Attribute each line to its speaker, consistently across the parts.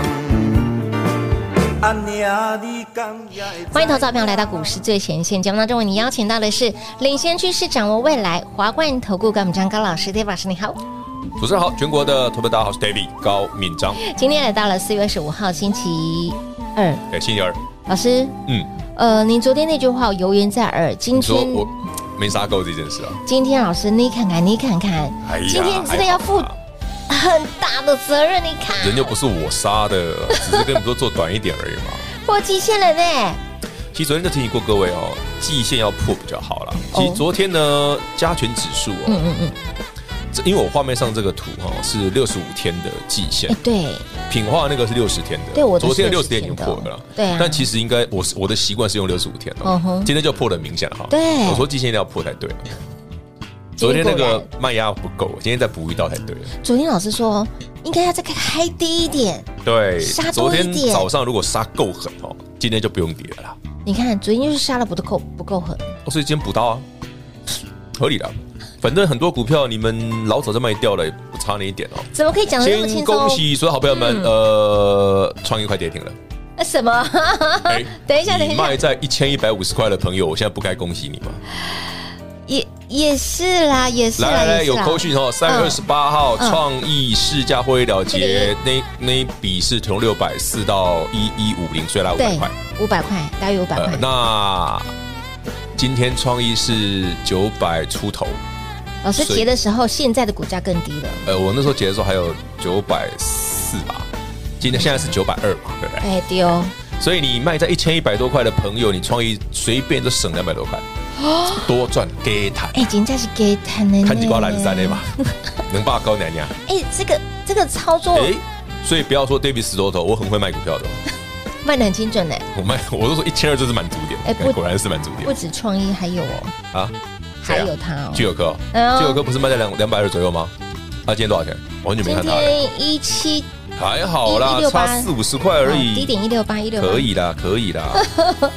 Speaker 1: 阿娘，啊你敢也会知
Speaker 2: 欢迎投资者朋友来到股市最前线节目当中，为你邀请到的是领先趋势、掌握未来华冠投顾高敏章高老师，David 老师你好。
Speaker 3: 主持人好，全国的投票大家好，我是 David 高敏 章，
Speaker 2: 今天来到了四月十五号星期二，
Speaker 3: 对，星期二，
Speaker 2: 老师，
Speaker 3: 哎嗯，
Speaker 2: 呃，你昨天那句话有言在耳，今
Speaker 3: 你说
Speaker 2: 天
Speaker 3: 我没杀够这件事啊？
Speaker 2: 今天老师你看看你看看，
Speaker 3: 哎呀
Speaker 2: 今天真的要负
Speaker 3: 还好吧
Speaker 2: 很大的责任，你看，
Speaker 3: 人又不是我杀的， 只是跟你说做短一点而已嘛。
Speaker 2: 破极限了呢，
Speaker 3: 其实昨天就提醒过各位哦，季线要破比较好啦。其
Speaker 2: 哦
Speaker 3: 实昨天呢，加权指数哦，
Speaker 2: 嗯嗯嗯，
Speaker 3: 这因为我画面上这个图哦是六十五天的季线
Speaker 2: 哎，对，
Speaker 3: 品化那个是六十天的，
Speaker 2: 对我的
Speaker 3: 昨天
Speaker 2: 是
Speaker 3: 六
Speaker 2: 60
Speaker 3: 十天已经破了啦
Speaker 2: 天的对啊
Speaker 3: 但其实应该我是我的习惯是用六十五天
Speaker 2: 嗯
Speaker 3: 哦，
Speaker 2: 哼
Speaker 3: 今天就破的明显了哈。
Speaker 2: 对
Speaker 3: 我说季线一定要破才对。昨天那
Speaker 2: 今天
Speaker 3: 个
Speaker 2: 果
Speaker 3: 卖压不够，今天再补一道才对。
Speaker 2: 昨天老师说应该要再开低一点，
Speaker 3: 对
Speaker 2: 杀，多
Speaker 3: 昨
Speaker 2: 一点
Speaker 3: 天早上如果杀够狠哦，今天就不用跌了啦。
Speaker 2: 你看昨天就是杀了不够不够狠，
Speaker 3: 哦，所以今天补刀啊，合理的。反正很多股票你们老早就卖掉了，也不差那一点哦。
Speaker 2: 怎么可以讲嗯的那么
Speaker 3: 先
Speaker 2: 轻
Speaker 3: 恭
Speaker 2: 松？
Speaker 3: 喜所有好朋友们，
Speaker 2: 嗯
Speaker 3: 呃，创意快跌停了。
Speaker 2: 呃什么？
Speaker 3: 哎，
Speaker 2: 等一下等一
Speaker 3: 你
Speaker 2: 下
Speaker 3: 卖在一千一百五十块的朋友，我现在不该恭喜你吗？
Speaker 2: 也也是啦，也是
Speaker 3: 来
Speaker 2: 啦，
Speaker 3: 来来，
Speaker 2: 也是
Speaker 3: 有
Speaker 2: 啦
Speaker 3: 扣讯哦，三月二十八号
Speaker 2: 嗯
Speaker 3: 创意市价会议了结，
Speaker 2: 这
Speaker 3: 那那一笔是从六百四到一一五零，所以来五百
Speaker 2: 对
Speaker 3: 块。，
Speaker 2: 五百块，大约五百
Speaker 3: 呃
Speaker 2: 块，。
Speaker 3: 那今天创意是九百出头，
Speaker 2: 老师
Speaker 3: 所以
Speaker 2: 结的时候，现在的股价更低了。
Speaker 3: 呃，我那时候结的时候还有九百四吧，今天现在是九百二嘛，对不对？
Speaker 2: 哎，丢、
Speaker 3: 所以你卖在一千一百多块的朋友，你创意随便都省两百多块，多赚给谈，
Speaker 2: 哦哎，人家是给他的呢，
Speaker 3: 看几瓜蓝山的嘛，
Speaker 2: 嗯
Speaker 3: 能霸高奶娘
Speaker 2: 哎，这个这个操作
Speaker 3: 哎。所以不要说 David 死多头，我很会卖股票的，
Speaker 2: 卖的很精准呢，
Speaker 3: 我卖我都说一千二就是满足
Speaker 2: 哎不
Speaker 3: 点，果然是满足
Speaker 2: 不
Speaker 3: 点
Speaker 2: 止创意，还有哦，
Speaker 3: 啊。谁
Speaker 2: 还
Speaker 3: 啊
Speaker 2: 有它哦。
Speaker 3: 聚友科
Speaker 2: 哎呦
Speaker 3: 哦，聚友科不是卖在两两百二左右吗？他今天多少钱？我很久没
Speaker 2: 今
Speaker 3: 看他了，
Speaker 2: 天一七
Speaker 3: 还好啦，
Speaker 2: 1168
Speaker 3: 差四五十块而
Speaker 2: 哦低
Speaker 3: 已，
Speaker 2: 点一六八一六八
Speaker 3: 可。以啦，可 以啦。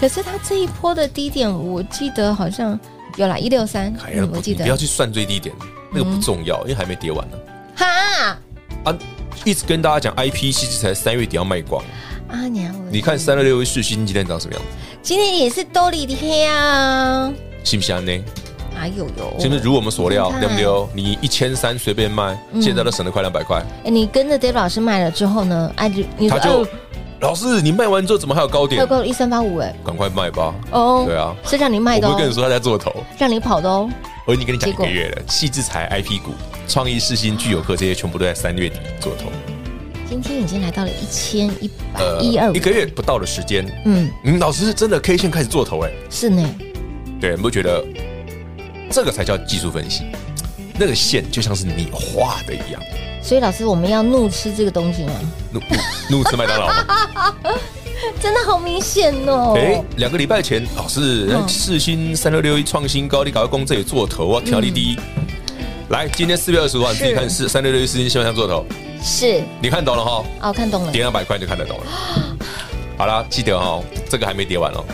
Speaker 2: 可是它这一波的低点，我记得好像有啦，一六三
Speaker 3: 哎呀，，
Speaker 2: 我
Speaker 3: 不
Speaker 2: 记
Speaker 3: 你
Speaker 2: 得嗯
Speaker 3: 不。要去算最低点，那个不重要，因为还没跌完呢。
Speaker 2: 哈
Speaker 3: 啊，一直跟大家讲，IP 其实才三月底要卖光。
Speaker 2: 啊娘，我
Speaker 3: 你看三六六一世新今天长什么样？
Speaker 2: 今天也是兜里天啊，
Speaker 3: 信不信安呢？
Speaker 2: 哎呦呦，
Speaker 3: 是不是如我们所
Speaker 2: 你，
Speaker 3: 料
Speaker 2: 看嗯
Speaker 3: 对不对？你一千三随便卖，现在都省了快两百块。
Speaker 2: 哎，你跟着 Dave 老师买了之后呢？哎，你你说
Speaker 3: 他
Speaker 2: 哦
Speaker 3: 就，老师，你卖完之后怎么还有高
Speaker 2: 快
Speaker 3: 点？
Speaker 2: 够一三八五哎，
Speaker 3: 赶快卖吧。
Speaker 2: 哦，
Speaker 3: 对啊
Speaker 2: 是让你卖
Speaker 3: 我
Speaker 2: 的
Speaker 3: 不
Speaker 2: 哦
Speaker 3: 会，跟你说他在做头，
Speaker 2: 让你跑的哦。
Speaker 3: 我已经跟你讲
Speaker 2: 结
Speaker 3: 一
Speaker 2: 果
Speaker 3: 个月了。细制裁 IP 股、创意、世新、具有科这些全部都在三月底做头，
Speaker 2: 今天已经来到了一千一百一二五
Speaker 3: 呃一，个月不到的时间。
Speaker 2: 嗯，
Speaker 3: 嗯，老师真的 K 线开始做头哎、
Speaker 2: 是呢，
Speaker 3: 对，你不觉得这个才叫技术分析？那个线就像是你画的一样，
Speaker 2: 所以老师我们要怒吃这个东西吗？啊
Speaker 3: 怒怒怒吃麦当劳吗。
Speaker 2: 真的好明显哦。
Speaker 3: 哎、两个礼拜前，老师
Speaker 2: 嗯
Speaker 3: 世新三六六一创新高，你搞个公这里做头啊，条例第一。来，今天四月二十五号，你自己看是三六六一世新新闻上做头，
Speaker 2: 是
Speaker 3: 你看懂了哈？
Speaker 2: 哦，看懂了。
Speaker 3: 跌两百块就看得懂
Speaker 2: 啊
Speaker 3: 了。好啦，记得哦，这个还没跌完哦，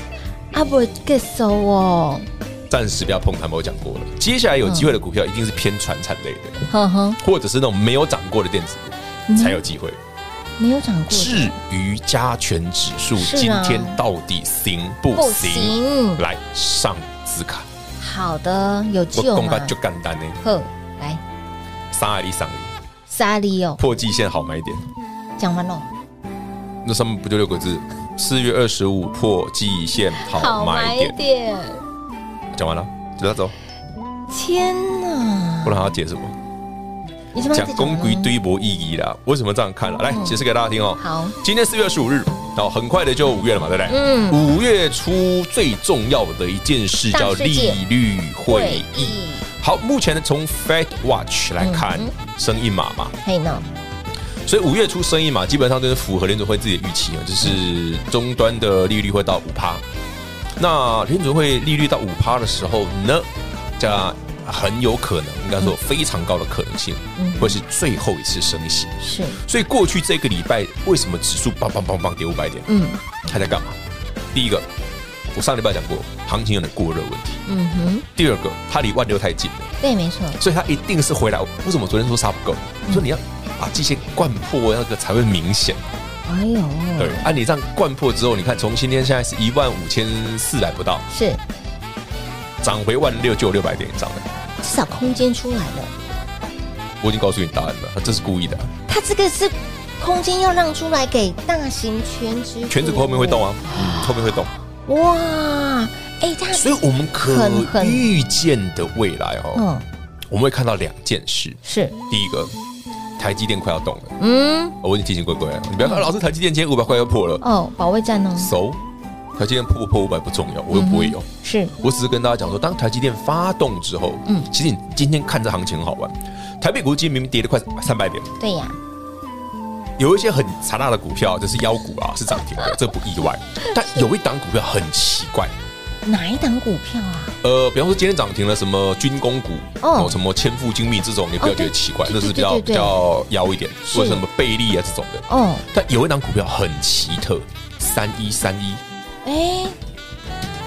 Speaker 2: 阿伯 get 收哦，
Speaker 3: 暂时不要碰它，我讲过了。接下来有机会的股票一定是偏传产类的，
Speaker 2: 哼哼，
Speaker 3: 或者是那种没有涨过的电子股
Speaker 2: 嗯
Speaker 3: 才有机会。
Speaker 2: 没有涨过的，
Speaker 3: 至于加权指数
Speaker 2: 是啊
Speaker 3: 今天到底行不
Speaker 2: 不
Speaker 3: 行
Speaker 2: 行？
Speaker 3: 来上字卡，
Speaker 2: 好的，有
Speaker 3: 我
Speaker 2: 救
Speaker 3: 公
Speaker 2: 吗
Speaker 3: 告？就干单呢，
Speaker 2: 呵，来，
Speaker 3: 三二一上一
Speaker 2: 沙利哦，
Speaker 3: 破季线好买点，
Speaker 2: 讲完了，
Speaker 3: 那上面不就六个字？四月二十五破季线好买点，
Speaker 2: 点，
Speaker 3: 讲完了，走他走，
Speaker 2: 天哪
Speaker 3: 不！然还要解什么？
Speaker 2: 你这边
Speaker 3: 讲
Speaker 2: 在啊
Speaker 3: 公
Speaker 2: 吗
Speaker 3: 规堆博意义啦，为什么这样看了？来解释给大家听哦。
Speaker 2: 好，
Speaker 3: 今天四月二十五日，哦，很快的就五月了嘛，对不对？
Speaker 2: 嗯
Speaker 3: 五月初最重要的一件事叫
Speaker 2: 大世界
Speaker 3: 利率会议。好，目前呢，从 Fed Watch 来看
Speaker 2: 嗯，
Speaker 3: 升一码嘛，
Speaker 2: 嘿呢，
Speaker 3: 所以五月初升一码，基本上就是符合联准会自己的预期啊，就是终端的利率会到五趴。那联准会利率到五趴的时候呢，这很有可能，应该说有非常高的可能性
Speaker 2: 嗯，
Speaker 3: 会是最后一次升息。
Speaker 2: 是，
Speaker 3: 所以过去这个礼拜，为什么指数棒棒棒棒跌五百点？
Speaker 2: 嗯
Speaker 3: 他在干嘛？第一个，我上礼拜讲过，行情有点过热问题；
Speaker 2: 嗯哼，
Speaker 3: 第二个，它离万六太近了，
Speaker 2: 对，没错，
Speaker 3: 所以它一定是回来。为什么昨天说杀不够？我说你要把季线灌破，那个才会明显。
Speaker 2: 哎呦，
Speaker 3: 对，按、你这样灌破之后，你看从今天现在是一万五千四百不到，
Speaker 2: 是
Speaker 3: 涨回万六就有六百点以上了。
Speaker 2: 至少空间出来了，
Speaker 3: 我已经告诉你答案了，他这是故意的、啊。
Speaker 2: 它这个是空间要让出来给大型全职
Speaker 3: 全指股后面会动啊，嗯，后面会动。
Speaker 2: 哇，哎，它
Speaker 3: 所以我们可
Speaker 2: 很很
Speaker 3: 预见的未来哦，
Speaker 2: 嗯
Speaker 3: 我们会看到两件事。
Speaker 2: 是
Speaker 3: 第一个，台积电快要动了，
Speaker 2: 嗯
Speaker 3: 我已经提醒乖乖啊了，你不要看老师台积电今天五百块要破了，
Speaker 2: 哦，保卫战哦，
Speaker 3: 熟。台积电破不破五百不重要，我又不会有。
Speaker 2: 是
Speaker 3: 我只是跟大家讲说，当台积电发动之后，
Speaker 2: 嗯
Speaker 3: 嗯，其实你今天看这行情很好玩。台北股今天明明跌了快三百点，
Speaker 2: 对呀，
Speaker 3: 有一些很惨大的股票，就是妖股啊，是涨 停的，这不意外。但有一档股票很奇怪，
Speaker 2: 哪一档股票啊？
Speaker 3: 呃，比方说今天涨停了什么军工股，
Speaker 2: 哦
Speaker 3: 哦，什么千富精密这种，你不要觉得奇怪
Speaker 2: 哦，对
Speaker 3: 那是比较
Speaker 2: 对对对对
Speaker 3: 比较妖一点，
Speaker 2: 是
Speaker 3: 或者什么贝利啊这种的。
Speaker 2: 哦，
Speaker 3: 但有一档股票很奇特，三一三一，
Speaker 2: 哎，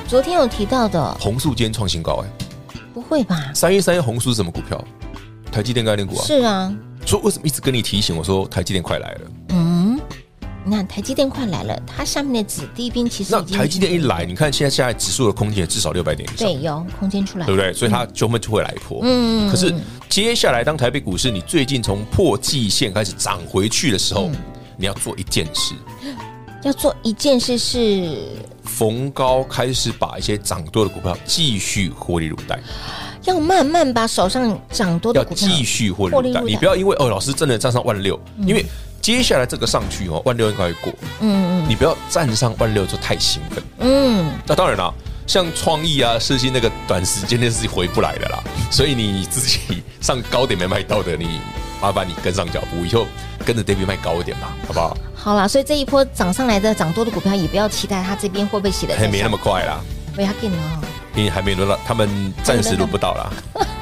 Speaker 2: 昨天有提到的，
Speaker 3: 红素今天创新高哎、
Speaker 2: 不会吧？
Speaker 3: 三一三一红素是什么股票？台积电概念股啊。
Speaker 2: 是啊，
Speaker 3: 所以为什么一直跟你提醒我说台积电快来了？
Speaker 2: 嗯，你看台积电快来了，它下面的子弟兵其实
Speaker 3: 那
Speaker 2: 已经
Speaker 3: 台积电一来，你看现在现在指数的空间也至少六百点以上，
Speaker 2: 对有空间出来，
Speaker 3: 对不对？所以它就会就会来一波。
Speaker 2: 嗯？嗯，
Speaker 3: 可是接下来，当台北股市你最近从破季线开始涨回去的时
Speaker 2: 嗯
Speaker 3: 候，你要做一件事：
Speaker 2: 要做一件事是
Speaker 3: 逢高开始把一些涨多的股票继续获利入袋，
Speaker 2: 要慢慢把手上涨多
Speaker 3: 要
Speaker 2: 的股票
Speaker 3: 继续获利入
Speaker 2: 获利
Speaker 3: 袋。
Speaker 2: 入袋
Speaker 3: 你不要因为哦，老师真的站上万六，因为接下来这个上去哦，万六应该会过。
Speaker 2: 嗯
Speaker 3: 你不要站上万六就太兴奋。
Speaker 2: 嗯嗯，
Speaker 3: 那当然啦，像创意啊、世新那个短时间内是回不来的啦，所以你自己上高点没买到的，你麻烦你跟上脚步，以后跟着 David 卖高一点吧，好不好？
Speaker 2: 好啦，所以这一波涨上来的涨多的股票，也不要期待它这边会不会写的
Speaker 3: 还没那么快啦，
Speaker 2: 不要紧哦，
Speaker 3: 因为还没轮到他们，暂时轮不到啦。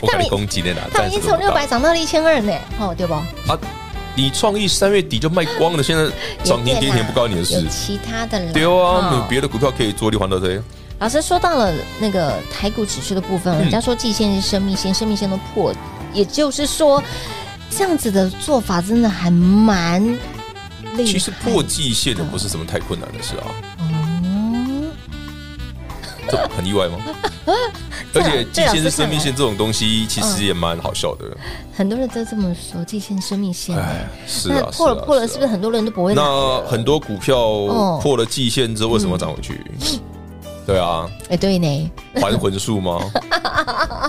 Speaker 3: 我
Speaker 2: 他们
Speaker 3: 敢攻击的啦，
Speaker 2: 它
Speaker 3: 暂
Speaker 2: 已经
Speaker 3: 时轮
Speaker 2: 从
Speaker 3: 不
Speaker 2: 六
Speaker 3: 到
Speaker 2: 百涨到了一千二呢，哦对不？
Speaker 3: 啊！你创意三月底就卖光了，现在涨停跌停不关你的
Speaker 2: 有
Speaker 3: 事。
Speaker 2: 其他的啦，
Speaker 3: 丢啊，
Speaker 2: 哦
Speaker 3: 有别的股票可以做，你还到谁？
Speaker 2: 老师说到了那个台股指数的部分，
Speaker 3: 嗯
Speaker 2: 人家说季线是生命线，生命线都破，也就是说，这样子的做法真的还蛮厉害。
Speaker 3: 其实破季线的不是什么太困难的事啊。
Speaker 2: 嗯，
Speaker 3: 这很意外 吗？
Speaker 2: 这
Speaker 3: 而
Speaker 2: 样
Speaker 3: 且季线是生命
Speaker 2: 这
Speaker 3: 线这种东西，其实也蛮好笑的。
Speaker 2: 很多人都这么说，季线生命线，
Speaker 3: 哎，是
Speaker 2: 嗯那
Speaker 3: 啊，
Speaker 2: 破了破了，
Speaker 3: 啊
Speaker 2: 是不是？
Speaker 3: 啊
Speaker 2: 很多人都不会拿？
Speaker 3: 那很多股票
Speaker 2: 哦
Speaker 3: 破了季线之后，为什么涨回去？
Speaker 2: 嗯
Speaker 3: 对啊，
Speaker 2: 哎，对呢，
Speaker 3: 还魂 术吗？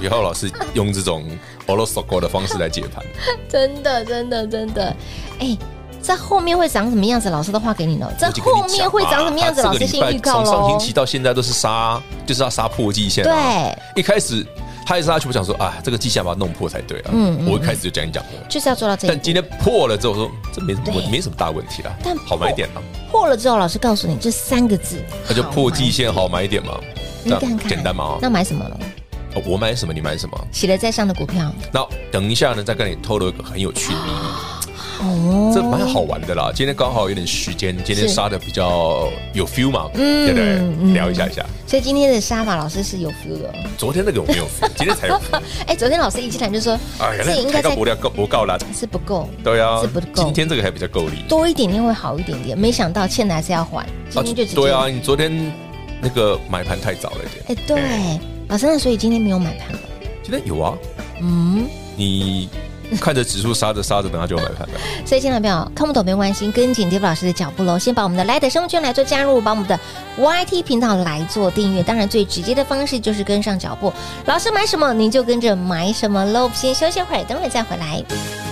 Speaker 3: 以后老师用这种 o l o s o o 的方式来解盘，
Speaker 2: 真的真的真的，哎。这后面会长什么样子？老师都画给你了。这
Speaker 3: 我就跟你
Speaker 2: 后
Speaker 3: 讲
Speaker 2: 面会长什么样子？
Speaker 3: 啊
Speaker 2: 老
Speaker 3: 这
Speaker 2: 师
Speaker 3: 个礼
Speaker 2: 先
Speaker 3: 拜
Speaker 2: 预告哦
Speaker 3: 从上
Speaker 2: 喽
Speaker 3: 星。期到啊现在都是杀，就是要杀破季线。
Speaker 2: 对，，
Speaker 3: 一开始他也是他全部讲说啊，这个季线把它弄破才对啊。
Speaker 2: 嗯嗯
Speaker 3: 我一开始就这样讲的。
Speaker 2: 就是要做到这一
Speaker 3: 但
Speaker 2: 步。
Speaker 3: 今天破了之后说，这没什么
Speaker 2: 对
Speaker 3: 没什么大问题啦，
Speaker 2: 但
Speaker 3: 好买点啦，
Speaker 2: 破了之后，老师告诉你这三个字，
Speaker 3: 那就破
Speaker 2: 季
Speaker 3: 季线好买点嘛，
Speaker 2: 你看看，
Speaker 3: 简单嘛
Speaker 2: 那
Speaker 3: 啊，
Speaker 2: 买什么了？
Speaker 3: 哦我买什么你买什么，
Speaker 2: 写了在上的股票，
Speaker 3: 那等一下呢再跟你透露一个很有趣的秘密，
Speaker 2: 哦
Speaker 3: 这蛮好玩的啦。今天刚好有点时间，今天
Speaker 2: 是
Speaker 3: 杀的比较有 feel 嘛，
Speaker 2: 嗯
Speaker 3: 对不对？
Speaker 2: 嗯
Speaker 3: 聊一下一下，
Speaker 2: 所以今天的沙发老师是有 feel 的哦。
Speaker 3: 昨天那个我没有 feel，今天才有 feel。
Speaker 2: 哎，昨天老师一进来就说，
Speaker 3: 哎呀，
Speaker 2: 自己应
Speaker 3: 那
Speaker 2: 该在
Speaker 3: 抬高不料够不够啦？
Speaker 2: 是不够，
Speaker 3: 对啊
Speaker 2: 是不够，
Speaker 3: 今天这个还比较够力。
Speaker 2: 多一点点会好一点点。没想到欠的还是要还，今天就直接
Speaker 3: 对啊，，你昨天那个买盘太早了一点。
Speaker 2: 哎，对，老师，那所以今天没有买盘了。
Speaker 3: 今天有啊，
Speaker 2: 嗯，
Speaker 3: 你看着指数杀着杀着，等下就有买盘了。
Speaker 2: 所以，亲爱的朋友，看不懂没关系，跟紧 Dave 老师的脚步喽。先把我们的 Light 生活圈来做加入，把我们的 YT 频道来做订阅。当然，最直接的方式就是跟上脚步，老师买什么您就跟着买什么喽。先休息会儿，等会儿再回来。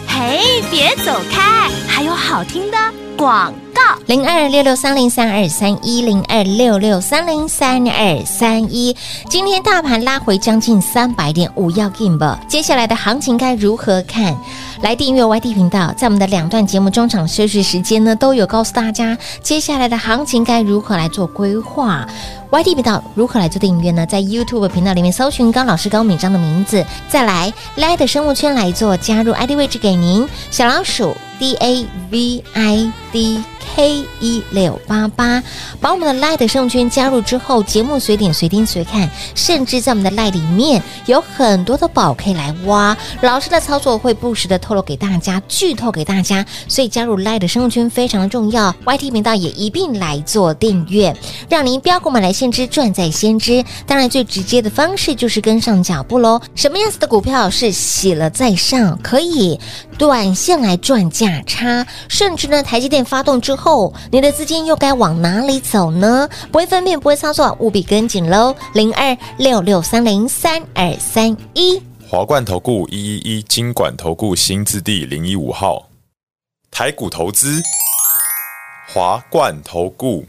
Speaker 4: 嘿，别走开，还有好听的广告。
Speaker 2: 零二六六三零三二三一零二六六三零三二三一。今天大盘拉回将近三百点，五要 game 吧。接下来的行情该如何看？来订阅 YT 频道，在我们的两段节目中场休息时间呢，都有告诉大家接下来的行情该如何来做规划。YT 频道如何来做订阅呢？在 YouTube 频道里面搜寻高老师高敏章的名字，再来 Light 生物圈来做加入 ID 位置给您，小老鼠 D A V I D K 一六八八，把我们的 Light 生物圈加入之后，节目随点随听随看，甚至在我们的 Light 里面有很多的宝可以来挖，老师的操作会不时的透露给大家，剧透给大家，所以加入 Light 生物圈非常的重要，YT 频道也一并来做订阅。让您标股买来现知，赚在先知。当然，最直接的方式就是跟上脚步喽。什么样子的股票是洗了再上，可以短线来赚价差，甚至呢，台积电发动之后，你的资金又该往哪里走呢？不会分辨，不会操作，务必跟紧喽。零二六六三零三二三一。
Speaker 5: 华冠投顾一一一金管投顾新字第零一五号，台股投资，华冠投顾。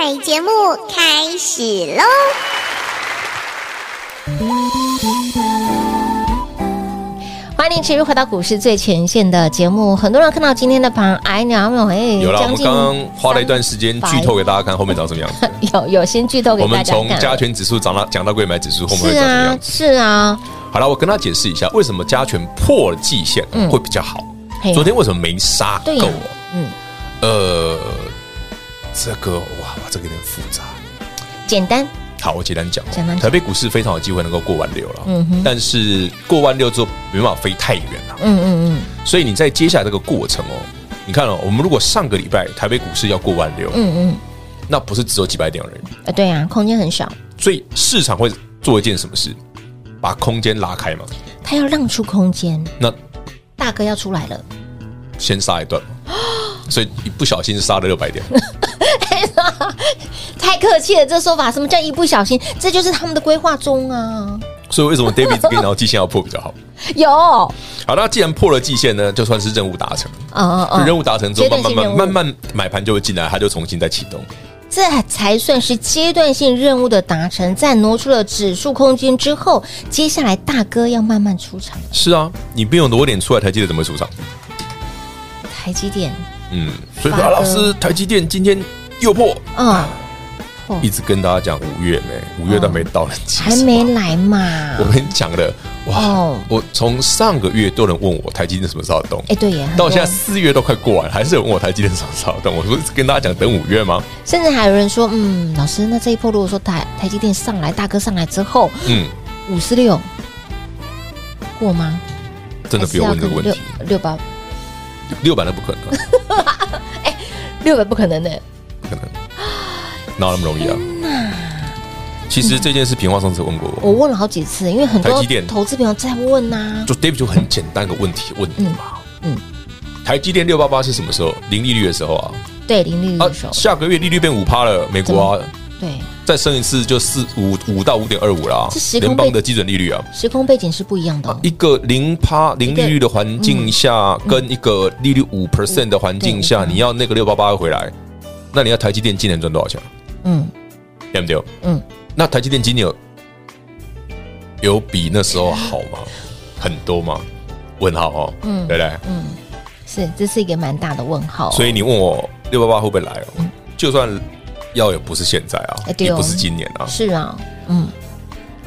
Speaker 6: 彩节目开始喽！
Speaker 2: 欢迎您持续回到股市最前线的节目。很多人看到今天的盘，哎，娘们，哎，
Speaker 3: 有啦，我
Speaker 2: 将
Speaker 3: 们
Speaker 2: 近
Speaker 3: 刚刚花了一段时间
Speaker 2: 300
Speaker 3: 剧透给大家 看后面长什么样子。
Speaker 2: 有有先剧透给
Speaker 3: 我
Speaker 2: 大
Speaker 3: 们
Speaker 2: 家看
Speaker 3: 从
Speaker 2: 了。
Speaker 3: 加权指数涨到讲到贵买指数，后面会
Speaker 2: 是
Speaker 3: 长什么
Speaker 2: 啊
Speaker 3: 样，子？
Speaker 2: 是啊，
Speaker 3: 好了，我跟他解释一下，为什么加权破了季线啊
Speaker 2: 嗯
Speaker 3: 会比较好。
Speaker 2: 嘿
Speaker 3: 昨天为什么没杀
Speaker 2: 对呀
Speaker 3: 够？啊
Speaker 2: 嗯，
Speaker 3: 呃，这个哇，这个有点复杂。
Speaker 2: 简单，
Speaker 3: 好，我简单讲哦
Speaker 2: 简单，讲
Speaker 3: 台北股市非常有机会能够过万六了，
Speaker 2: 嗯哼
Speaker 3: 但是过万六之后没办法飞太远了，
Speaker 2: 嗯嗯嗯
Speaker 3: 所以你在接下来这个过程哦，你看哦，我们如果上个礼拜台北股市要过万六，
Speaker 2: 嗯
Speaker 3: 那不是只有几百点而已，
Speaker 2: 嗯，呃，对啊，空间很小，
Speaker 3: 所以市场会做一件什么事，把空间拉开嘛，
Speaker 2: 他要让出空间，
Speaker 3: 那
Speaker 2: 大哥要出来了，
Speaker 3: 先杀一段嘛， 所以一不小心杀了六百点，
Speaker 2: 太客气了，这说法什么叫一不小心？这就是他们的规划中啊，
Speaker 3: 所以为什么 David 跟你聊季线要破比较好？
Speaker 2: 有，哦
Speaker 3: 好，那既然破了季线呢，就算是任务达成。
Speaker 2: 哦
Speaker 3: 就
Speaker 2: 哦，
Speaker 3: 任务达成之
Speaker 2: 阶
Speaker 3: 后，
Speaker 2: 段
Speaker 3: 慢
Speaker 2: 性
Speaker 3: 慢慢
Speaker 2: 任
Speaker 3: 慢
Speaker 2: 务
Speaker 3: 慢买盘就会进来，它就重新再启动。
Speaker 2: 这才算是阶段性任务的达成，在挪出了指数空间之后，接下来大哥要慢慢出场，
Speaker 3: 是啊，你不用挪点出来，台积电怎么会出场？
Speaker 2: 台积电，
Speaker 3: 嗯，所以
Speaker 2: 发
Speaker 3: 说、
Speaker 2: 哥
Speaker 3: 啊、老师，台积电今天又破，
Speaker 2: 嗯，
Speaker 3: 一直跟大家讲五月没，五月都没到呢，其
Speaker 2: 还
Speaker 3: 实
Speaker 2: 没来嘛
Speaker 3: 我，们讲的哇，
Speaker 2: 哦
Speaker 3: 我从上个月都有人问我台积电什么时候要动。
Speaker 2: 哎，对耶，
Speaker 3: 到现在
Speaker 2: 很多
Speaker 3: 四月都快过完，还是有人问我台积电什么时候要动？我说跟大家讲等五月吗？
Speaker 2: 甚至还有人说，嗯，老师，那这一波如果说台台积电上来，大哥上来之后，
Speaker 3: 嗯，
Speaker 2: 五四六过吗？
Speaker 3: 真的不用问这个问题，
Speaker 2: 六六百
Speaker 3: 六百都不可能，
Speaker 2: 六百不可能的，
Speaker 3: 不可能，哪有那么容易啊？其实这件事平话上次问过
Speaker 2: 我问了好几次，因为很
Speaker 3: 台
Speaker 2: 多
Speaker 3: 积电
Speaker 2: 投资朋友在问啊呐、
Speaker 3: 就 David 就很简单的问题问你嘛，
Speaker 2: 嗯
Speaker 3: 嗯，台积电六八八是什么时候？零利率的时候啊，
Speaker 2: 对零利率
Speaker 3: 啊
Speaker 2: 的时，候，
Speaker 3: 下个月利率变五趴了，美国啊，
Speaker 2: 对
Speaker 3: 再升一次就四五五到五点二五了啊
Speaker 2: 这时，空
Speaker 3: 联邦
Speaker 2: 被
Speaker 3: 的基准利率啊，
Speaker 2: 时空背景是不一样的、哦
Speaker 3: 一个零趴零利率的环境下，跟一个利率五 percent 的环境下，
Speaker 2: 嗯对
Speaker 3: 你要那个六八八回来，那你要台积电今年赚多少钱？
Speaker 2: 嗯
Speaker 3: 对不对？
Speaker 2: 嗯，
Speaker 3: 那台积电今年有有比那时候好吗？很多吗？问号哦，
Speaker 2: 嗯
Speaker 3: 对不对？
Speaker 2: 是这是一个蛮大的问号、
Speaker 3: 所以你问我六八八会不会来哦？就算要也不是现在啊
Speaker 2: 嗯哎，对哦
Speaker 3: 也不是今年啊，
Speaker 2: 是啊，嗯，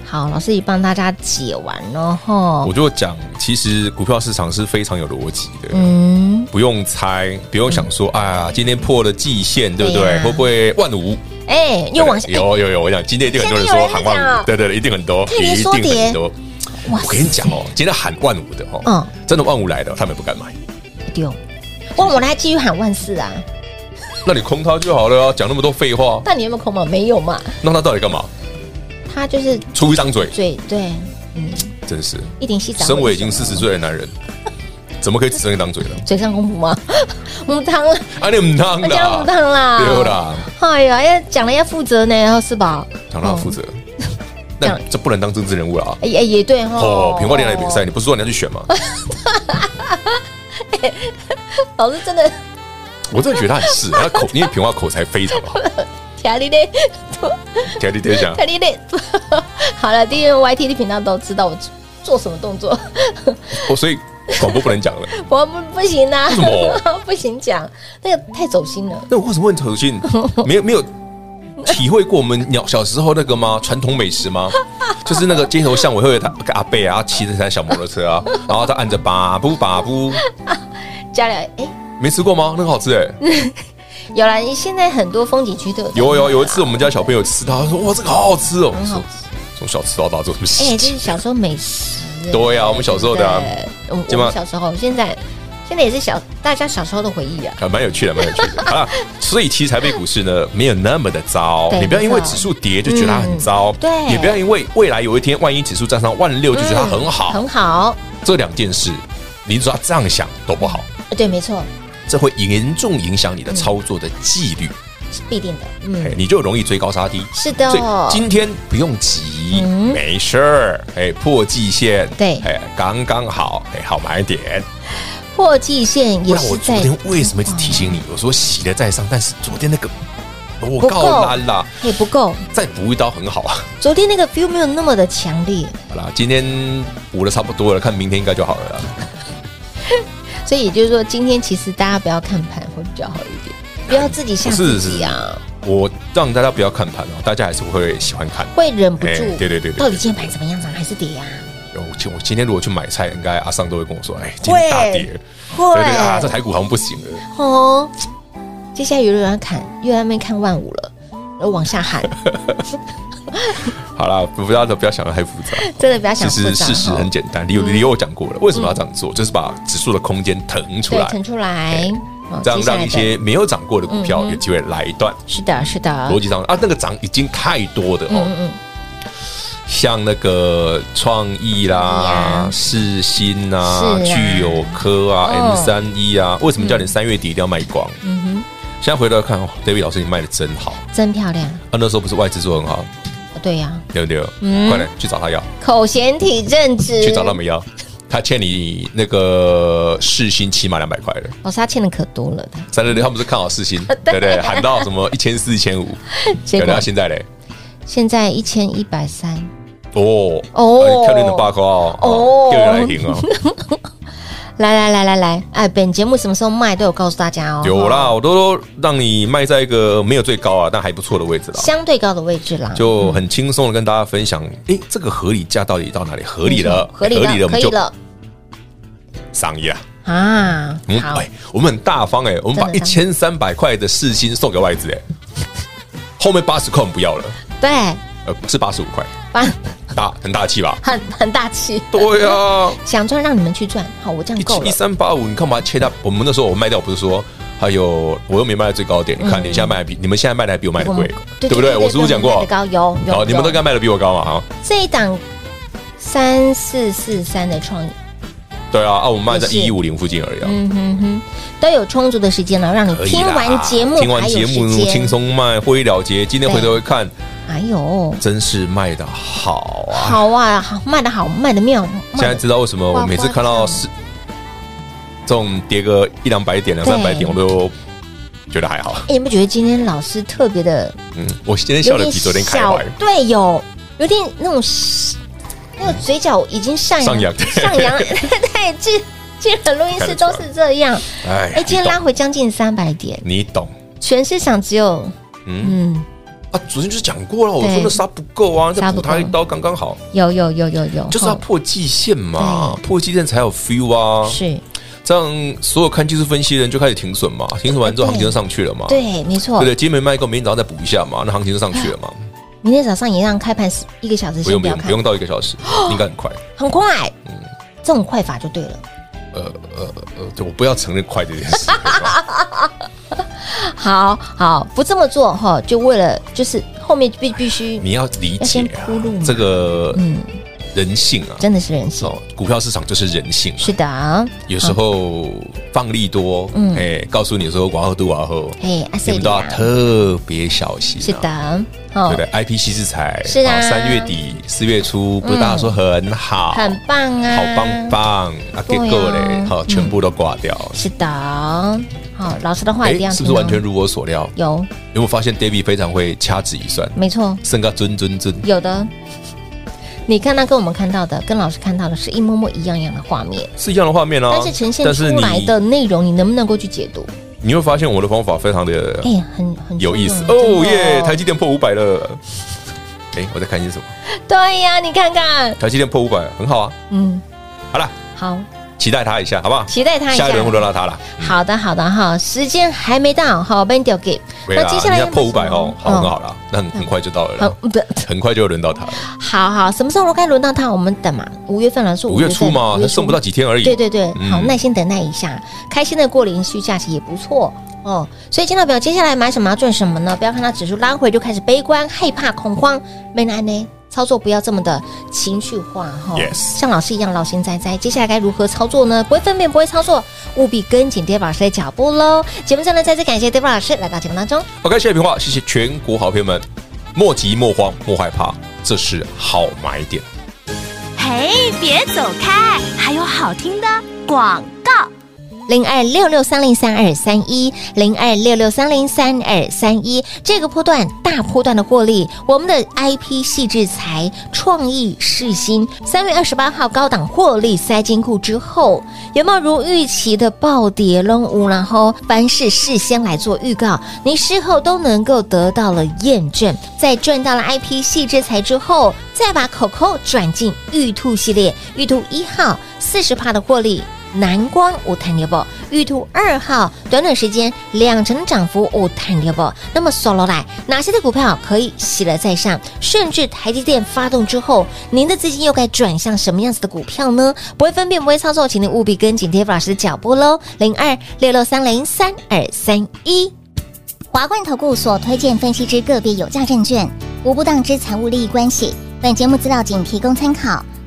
Speaker 2: 好，老师也帮大家解完了哈
Speaker 3: 我。就讲，其实股票市场是非常有逻辑的，
Speaker 2: 嗯，
Speaker 3: 不用猜，不用想说，啊，今天破了季线，对不
Speaker 2: 对
Speaker 3: 对？
Speaker 2: 啊
Speaker 3: 会不会万五？
Speaker 2: 哎，又往下，哎
Speaker 3: 有有有，我讲今天一定很多人说
Speaker 2: 现
Speaker 3: 喊
Speaker 2: 在有人在讲
Speaker 3: 万
Speaker 2: 哦
Speaker 3: 五，对对对，一定很多，
Speaker 2: 看人
Speaker 3: 一
Speaker 2: 说
Speaker 3: 定
Speaker 2: 跌
Speaker 3: 很多。
Speaker 2: 哎哇
Speaker 3: 我跟你讲哦，今天喊万五的哦，
Speaker 2: 嗯
Speaker 3: 真的万五来了，他们也不敢买。
Speaker 2: 丢。哇，我来继续喊万事啊！
Speaker 3: 那你空它就好了啊，讲那么多废话，
Speaker 2: 但你有没有空吗？没有嘛，
Speaker 3: 那他到底干嘛？
Speaker 2: 他就是
Speaker 3: 出一张嘴，
Speaker 2: 嘴对，嗯，
Speaker 3: 真是，
Speaker 2: 一点细长。
Speaker 3: 身为已经四十，岁的男人，怎么可以只剩一张嘴呢？
Speaker 2: 嘴上功夫吗？ 母汤啦，
Speaker 3: 啊，你唔当
Speaker 2: 讲母
Speaker 3: 啦，
Speaker 2: 汤啦，
Speaker 3: 对啦，
Speaker 2: 哎呀，要讲了要负责呢，是吧？
Speaker 3: 讲到 负责，那这不能当政治人物了啊。
Speaker 2: 哎哎也对
Speaker 3: 哦
Speaker 2: 哦，，
Speaker 3: 平花联来比赛，你不是说你要去选吗？
Speaker 2: 老师真的
Speaker 3: 我真的觉得他很是，他口，因为平花口才非常好。
Speaker 2: 条理嘞，
Speaker 3: 天 地天下
Speaker 2: 条，理嘞。好了，第一 YT 的频道都知道我做什么动作，
Speaker 3: 哦，所以广播不能讲了。
Speaker 2: 我不不行啊，
Speaker 3: 为什么
Speaker 2: 不行讲？那个太走心了。
Speaker 3: 那我为什么问 陈信？没有没有体会过我们鸟小时候那个吗？传统美食吗？就是那个街头巷尾会有一个阿伯啊，骑着台小摩托车 啊，然后他按着把布把布，
Speaker 2: 家里哎，
Speaker 3: 没吃过吗？那个好吃哎、
Speaker 2: 有啦，现在很多风景区都有。
Speaker 3: 有有有一次我们家小朋友吃到，他说哇这个好好吃哦，
Speaker 2: 很好
Speaker 3: 我说从小吃到大做什
Speaker 2: 嗯
Speaker 3: 么
Speaker 2: 哎、
Speaker 3: 事
Speaker 2: 这
Speaker 3: 情
Speaker 2: 是？小时候美食、哎
Speaker 3: 对啊我们小时候的啊
Speaker 2: 对我们
Speaker 3: 对
Speaker 2: 我
Speaker 3: 吗
Speaker 2: 们小时候，现在现在也是小大家小时候的回忆啊。
Speaker 3: 还蛮有趣的，蛮有趣的啊！所以其实台北股市呢，没有那么的糟
Speaker 2: 对。
Speaker 3: 你不要因为
Speaker 2: 没错
Speaker 3: 指数跌就觉得它很糟，
Speaker 2: 嗯对
Speaker 3: 也不要因为未来有一天万一指数站上万六就觉得它很好，
Speaker 2: 嗯很好，
Speaker 3: 这两件事，你只要这样想都不好，
Speaker 2: 呃对，没错，
Speaker 3: 这会严重影响你的操作的纪律，
Speaker 2: 是必定的。嗯，
Speaker 3: 哎你就容易追高杀低。
Speaker 2: 是的
Speaker 3: 所以今天不用急，
Speaker 2: 嗯
Speaker 3: 没事儿，哎，破季线，
Speaker 2: 对
Speaker 3: 哎，刚刚好，哎，好买点。
Speaker 2: 破季线
Speaker 3: 不
Speaker 2: 也
Speaker 3: 然我
Speaker 2: 是
Speaker 3: 昨
Speaker 2: 在嗯
Speaker 3: 天为什么一直提醒你？我说洗了再上，但是昨天那个我
Speaker 2: 不够
Speaker 3: 告烂啦，
Speaker 2: 也不够，
Speaker 3: 再补一刀很好啊。
Speaker 2: 昨天那个 feel 没有那么的强烈，
Speaker 3: 好啦，今天补的差不多了，看明天应该就好了啦。
Speaker 2: 所以也就是说，今天其实大家不要看盘会比较好一点，不要自己吓自己
Speaker 3: 哦
Speaker 2: 啊，
Speaker 3: 我让大家不要看盘哦，大家还是会喜欢看。
Speaker 2: 会忍不住。
Speaker 3: 哎对对对对
Speaker 2: 到底今天盘怎么样？涨还是跌啊？
Speaker 3: 我今我今天如果去买菜，应该阿尚都会跟我说，哎，今天大跌，
Speaker 2: 会
Speaker 3: 对对啊，这台股好像不行了。
Speaker 2: 哦，接下来有人要砍，又在那边看万五了，然后往下 喊，
Speaker 3: 好啦，不要不要想的太复杂。
Speaker 2: 真的不要想
Speaker 3: 其
Speaker 2: 复
Speaker 3: 实
Speaker 2: 杂
Speaker 3: 事实
Speaker 2: 哦
Speaker 3: 很简单，理由理由我讲过了，为什么要这样做？就是把指数的空间腾出
Speaker 2: 对，
Speaker 3: 来
Speaker 2: 腾，出来，哦
Speaker 3: 这样
Speaker 2: 接下
Speaker 3: 让
Speaker 2: 来嗯
Speaker 3: 一
Speaker 2: 的
Speaker 3: 些没有涨过的股票有机会来一段。
Speaker 2: 是的，是的，
Speaker 3: 逻辑上啊，那个涨已经太多的
Speaker 2: 嗯
Speaker 3: 哦，
Speaker 2: 嗯嗯，
Speaker 3: 像那个创意
Speaker 2: 创
Speaker 3: 啦
Speaker 2: 意啊、
Speaker 3: 世新啊、
Speaker 2: 是啊
Speaker 3: 具有科啊、
Speaker 2: 哦嗯
Speaker 3: M 三一啊，为什么叫你三月底一定要卖光？嗯哼，现在回头看哦，David 老师你卖的真好，啊
Speaker 2: 嗯真漂亮，哦
Speaker 3: 那时候不是外资做得很好，
Speaker 2: 对呀、
Speaker 3: 对不对？
Speaker 2: 嗯
Speaker 3: 快点去找他要，
Speaker 2: 口嫌体正直，
Speaker 3: 去找他们要，他欠你那个世新起码两百块了。
Speaker 2: 老师他哦欠的可多了，他
Speaker 3: 三六六他们是看好世 新，对不对？喊到什么一千四、一千五，对
Speaker 2: 结
Speaker 3: 不
Speaker 2: 果
Speaker 3: 对？现在嘞，
Speaker 2: 现在一千一百三，
Speaker 3: 哦
Speaker 2: 哦
Speaker 3: 哎跳你的八卦哦，
Speaker 2: 哦
Speaker 3: 哦，掉下来停哦。
Speaker 2: 来来来来来，哎，本节目什么时候卖都有告诉大家哦，
Speaker 3: 有
Speaker 2: 哦，
Speaker 3: 啦，我都让你卖在一个没有最高啊，但还不错的位置啦，
Speaker 2: 相对高的位置啦，
Speaker 3: 就很轻松的跟大家分享，诶，这个合理价到底到哪里？合理
Speaker 2: 嗯
Speaker 3: 了，
Speaker 2: 合理
Speaker 3: 哎
Speaker 2: 了，可以
Speaker 3: 我们
Speaker 2: 了
Speaker 3: 就商议啦。
Speaker 2: 啊
Speaker 3: 我，们
Speaker 2: 好，
Speaker 3: 哎，我们很大方哎，我们把
Speaker 2: 真
Speaker 3: 一
Speaker 2: 的
Speaker 3: 千三百块的四星送给外资哎，后面八十块我们不要了，
Speaker 2: 对，
Speaker 3: 呃，是八十五块，
Speaker 2: 把？
Speaker 3: 大很大气吧
Speaker 2: 很很大气，
Speaker 3: 对啊，
Speaker 2: 想赚让你们去赚，好，我这样嗯够了
Speaker 3: 一一，三八五，你干嘛切它？我们那时候我卖掉不是说。还有，我又没卖到最高点，你看你现在卖的比你们现在卖的还比我卖
Speaker 2: 嗯
Speaker 3: 的
Speaker 2: 我
Speaker 3: 贵
Speaker 2: 们，
Speaker 3: 对不对？我是不是讲
Speaker 2: 卖
Speaker 3: 过
Speaker 2: 得？高有有，
Speaker 3: 好，你们
Speaker 2: 有
Speaker 3: 都应该卖的比我高嘛？哈，
Speaker 2: 这一档三四四三的创意，
Speaker 3: 对啊，啊，我们卖在
Speaker 2: 也是
Speaker 3: 一一五零附近而已啊。
Speaker 2: 嗯哼哼，都有充足的时间了，让你
Speaker 3: 可以啦
Speaker 2: 听完节目
Speaker 3: 听完
Speaker 2: 还
Speaker 3: 节
Speaker 2: 有
Speaker 3: 目
Speaker 2: 时
Speaker 3: 轻
Speaker 2: 间。
Speaker 3: 松卖，获利了结。今天回头一看，
Speaker 2: 哎呦，
Speaker 3: 真是卖的好啊！
Speaker 2: 好啊，好卖的好，卖的妙，
Speaker 3: 现在
Speaker 2: 卖的
Speaker 3: 知道为什么我每次看到
Speaker 2: 哇
Speaker 3: 是这种跌个一两百点、两三百点，我都觉得还好。
Speaker 2: 哎，你不觉得今天老师特别的
Speaker 3: 嗯，我今天
Speaker 2: 有
Speaker 3: 笑的
Speaker 2: 点
Speaker 3: 比昨天开
Speaker 2: 小
Speaker 3: 怀。？
Speaker 2: 对，有有点那种那个嘴角已经上
Speaker 3: 上扬
Speaker 2: 上 扬，对，这这个录音室都是这样。
Speaker 3: 哎
Speaker 2: 哎，今天拉回将近三百点，
Speaker 3: 你懂，
Speaker 2: 全市场只有
Speaker 3: 嗯，
Speaker 2: 嗯
Speaker 3: 啊，昨天就是讲过了，我说
Speaker 2: 对哦
Speaker 3: 那杀不够啊，
Speaker 2: 杀
Speaker 3: 再
Speaker 2: 不
Speaker 3: 补
Speaker 2: 够
Speaker 3: 他一刀刚刚好，
Speaker 2: 有有有有有，
Speaker 3: 就是要
Speaker 2: 吼
Speaker 3: 破季线嘛，破季线才有 feel 啊，
Speaker 2: 是
Speaker 3: 这样所有看技术分析的人就开始停损嘛，停损完之后
Speaker 2: 对
Speaker 3: 行情就上去了嘛，
Speaker 2: 对，没错
Speaker 3: 哦对不。对？今天没卖够，明天早上再补一下嘛，那行情就上去了嘛，
Speaker 2: 明天早上也让开盘一个小时
Speaker 3: 不
Speaker 2: 哦先
Speaker 3: 用
Speaker 2: 不
Speaker 3: 不
Speaker 2: 要看
Speaker 3: 用
Speaker 2: 哦
Speaker 3: 不，嗯用到一个小时，应该很快。
Speaker 2: 很快，这种快法就对了。
Speaker 3: 呃呃呃，就我不要承认快这件 事，
Speaker 2: 好好，不这么做哈，就为了就是后面必必须
Speaker 3: 你要理
Speaker 2: 要
Speaker 3: 解
Speaker 2: 先
Speaker 3: 啊
Speaker 2: 铺路嘛，
Speaker 3: 这个
Speaker 2: 嗯
Speaker 3: 人性啊，
Speaker 2: 真的是人性，
Speaker 3: 哦，股票市场就是人性啊，
Speaker 2: 是的啊，
Speaker 3: 有时候放利多，
Speaker 2: 嗯
Speaker 3: 哎，告诉你说往后都往后，
Speaker 2: 嘿阿
Speaker 3: 你
Speaker 2: 塞
Speaker 3: 们
Speaker 2: 里
Speaker 3: 都要
Speaker 2: 啊，
Speaker 3: 特别小心、
Speaker 2: 是的，，啊
Speaker 3: 对
Speaker 2: 哦
Speaker 3: 不，对？IPC 制裁，哦
Speaker 2: 是啊嗯
Speaker 3: 三月底四月初，不是大家说很好，
Speaker 2: 很棒啊，
Speaker 3: 好棒棒啊，
Speaker 2: 对
Speaker 3: 结
Speaker 2: 啊
Speaker 3: 果嘞，好，
Speaker 2: 嗯
Speaker 3: 全部都挂掉。
Speaker 2: 是的啊，好，老师的话一定要
Speaker 3: 是
Speaker 2: 听
Speaker 3: 不是
Speaker 2: 哦
Speaker 3: 完全如我所料？
Speaker 2: 有？
Speaker 3: 有没有发现 David 非常会掐指一算，
Speaker 2: 没错，
Speaker 3: 剩个尊尊尊，
Speaker 2: 有的。你看他跟我们看到的，跟老师看到的是一模模一样样的画面，
Speaker 3: 是一样的画面啊。
Speaker 2: 但是呈现
Speaker 3: 但是
Speaker 2: 出来
Speaker 3: 你
Speaker 2: 的内容，你能不能够去解读？
Speaker 3: 你会发现我的方法非常的
Speaker 2: 哎，很很
Speaker 3: 有意思
Speaker 2: 深
Speaker 3: 哦
Speaker 2: 真的
Speaker 3: 耶！台积电破五百了，哎，我在看些什么？
Speaker 2: 对呀，你看看，
Speaker 3: 台积电破五百，很好啊。
Speaker 2: 嗯，
Speaker 3: 好了，
Speaker 2: 好，期
Speaker 3: 期待它一下，好不好？
Speaker 2: 待他一下
Speaker 3: 下一。轮会轮到它了。
Speaker 2: 好的，好的哈，时间还没到，好，我帮你丢给。
Speaker 3: 对啦，人家
Speaker 2: 要
Speaker 3: 破五百哦，好，
Speaker 2: 嗯
Speaker 3: 很好啦，那很很快就到了
Speaker 2: 好
Speaker 3: 啦，
Speaker 2: 不，
Speaker 3: 很快就会轮到它了。
Speaker 2: 好好，什么时候该轮到他？我们等嘛，五月份了，说
Speaker 3: 五月初嘛，
Speaker 2: 那
Speaker 3: 那剩不到。几天而已。
Speaker 2: 对对对，
Speaker 3: 嗯
Speaker 2: 好，耐心等待一下，开心的过连续假期也不错哦。所以，金老表接下来买什么要赚什么呢？不要看它指数拉回就开始悲观、害怕、恐慌，没来呢。操作不要这么的情绪化哈
Speaker 3: Yes
Speaker 2: 像老师一样老心栽栽。接下来该如何操作呢？不会分辨，不会操作，务必跟紧 David 老师的脚步喽。节目最后呢，再次感谢 David 老师来到节目当中。
Speaker 3: OK，谢谢平话，谢谢全国好朋友们，莫急莫慌莫害怕，这是好买点。
Speaker 4: 嘿，别走开，还有好听的广告。
Speaker 2: 零二六六三零三二三一，零二六六三零三二三一，这个波段大波段的获利，我们的 IP 细制裁、创意世新，三月二十八号高档获利塞金库之后，有没有如预期的暴跌扔五？然后凡事事先来做预告，你事后都能够得到了验证。在赚到了 IP 细制裁之后，再把口口转进玉兔系列，玉兔一号四十帕的获利。蓝光五探六宝，玉兔二号，短短时间两成的涨幅五探六宝。那么 solo 来，哪些的股票可以洗了再上？甚至台积电发动之后，您的资金又该转向什么样子的股票呢？不会分辨，不会操作，请您务必跟紧 Dave 老师的脚步喽。零二六六三零三二三一。
Speaker 6: 华冠投顾所推荐分析之个别有价证券，无不当之财务利益关系。本节目资料仅提供参考，